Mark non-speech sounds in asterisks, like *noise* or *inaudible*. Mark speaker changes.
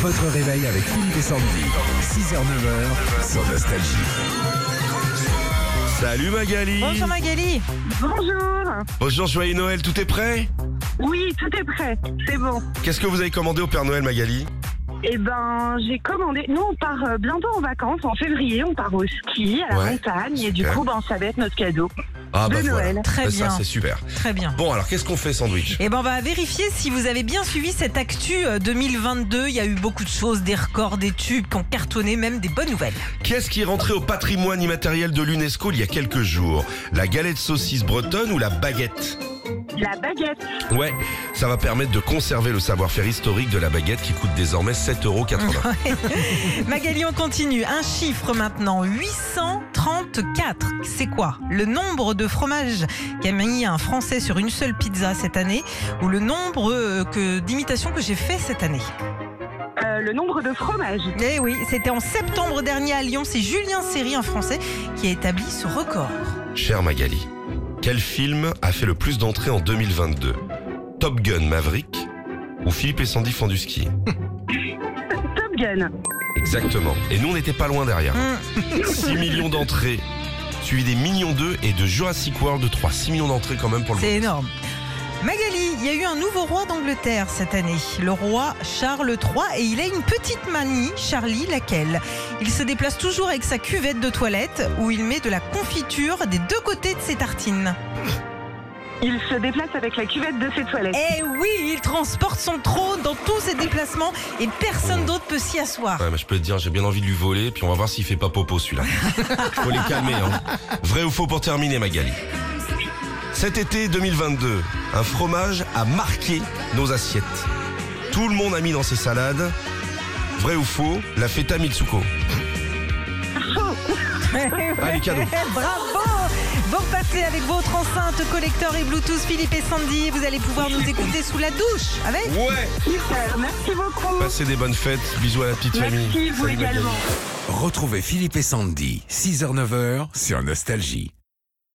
Speaker 1: Votre réveil avec Philippe et Sandy. 6h-9h sur Nostalgie.
Speaker 2: Salut Magali
Speaker 3: Bonjour Magali
Speaker 4: Bonjour.
Speaker 2: Bonjour, joyeux Noël, tout est prêt
Speaker 4: Oui, tout est prêt. C'est bon.
Speaker 2: Qu'est-ce que vous avez commandé au Père Noël Magali
Speaker 4: Eh ben, j'ai commandé. Nous, on part euh, bientôt en vacances. En février, on part au ski, à la
Speaker 2: Ouais,
Speaker 4: montagne. Et du
Speaker 2: super.
Speaker 4: coup, ben, ça va être notre cadeau.
Speaker 2: Ah
Speaker 4: De Noël.
Speaker 2: Bah,
Speaker 3: Très
Speaker 2: Ça
Speaker 3: bien,
Speaker 2: c'est super.
Speaker 3: très bien.
Speaker 2: Bon alors qu'est-ce qu'on fait sandwich
Speaker 3: Et ben on va vérifier si vous avez bien suivi cette actu euh, 2022. Il y a eu beaucoup de choses, des records, des tubes qui ont cartonné, même des bonnes nouvelles.
Speaker 2: Qu'est-ce qui est rentré au patrimoine immatériel de l'UNESCO il y a quelques jours La galette saucisse bretonne ou la baguette
Speaker 4: La baguette.
Speaker 2: Ouais, ça va permettre de conserver le savoir-faire historique de la baguette qui coûte désormais 7,80€.
Speaker 3: Magali, on continue. Un chiffre maintenant, 834. C'est quoi Le nombre de fromages qu'a mis un Français sur une seule pizza cette année ou le nombre euh, que- d'imitations que j'ai fait cette année
Speaker 4: Euh, le nombre de fromages. *laughs*
Speaker 3: Eh oui, c'était en septembre dernier à Lyon. C'est Julien Serry, un Français, qui a établi ce record.
Speaker 2: Cher Magali, quel film a fait le plus d'entrées en 2022 Top Gun Maverick ou Philippe et Sandy font du ski
Speaker 4: Top Gun.
Speaker 2: Exactement. Et nous on n'était pas loin derrière.
Speaker 3: Hmm.
Speaker 2: 6 millions d'entrées, suivi des millions 2 et de Jurassic World 3. 6 millions d'entrées quand même pour le
Speaker 3: C'est énorme. Magali, il y a eu un nouveau roi d'Angleterre cette année, le roi Charles III, et il a une petite manie, Charlie, laquelle Il se déplace toujours avec sa cuvette de toilette où il met de la confiture des deux côtés de ses tartines.
Speaker 4: Il se déplace avec la cuvette de ses toilettes.
Speaker 3: Eh oui, il transporte son trône dans tous ses déplacements et personne d'autre peut s'y asseoir.
Speaker 4: Ah.
Speaker 2: Ouais, mais je peux te dire, j'ai bien envie de lui voler, puis on va voir s'il fait pas popo
Speaker 4: *laughs*
Speaker 2: celui-là. Faut les calmer, hein. Vrai ou faux pour terminer, Magali Cet été 2022, un fromage a marqué nos assiettes. Tout le monde a mis dans ses salades. Vrai ou faux, la feta Mitsuko.
Speaker 4: *laughs*
Speaker 2: Allez, cadeau.
Speaker 3: *laughs* Bravo Vous repassez avec votre enceinte collecteur et Bluetooth Philippe et Sandy, vous allez pouvoir nous écouter sous la douche avec...
Speaker 2: Ouais
Speaker 4: Super. Merci beaucoup.
Speaker 2: Passez des bonnes fêtes, bisous à la petite famille.
Speaker 4: Merci, vous
Speaker 2: Salut, Magali.
Speaker 4: également.
Speaker 1: Retrouvez Philippe et Sandy. 6h-9h sur Nostalgie.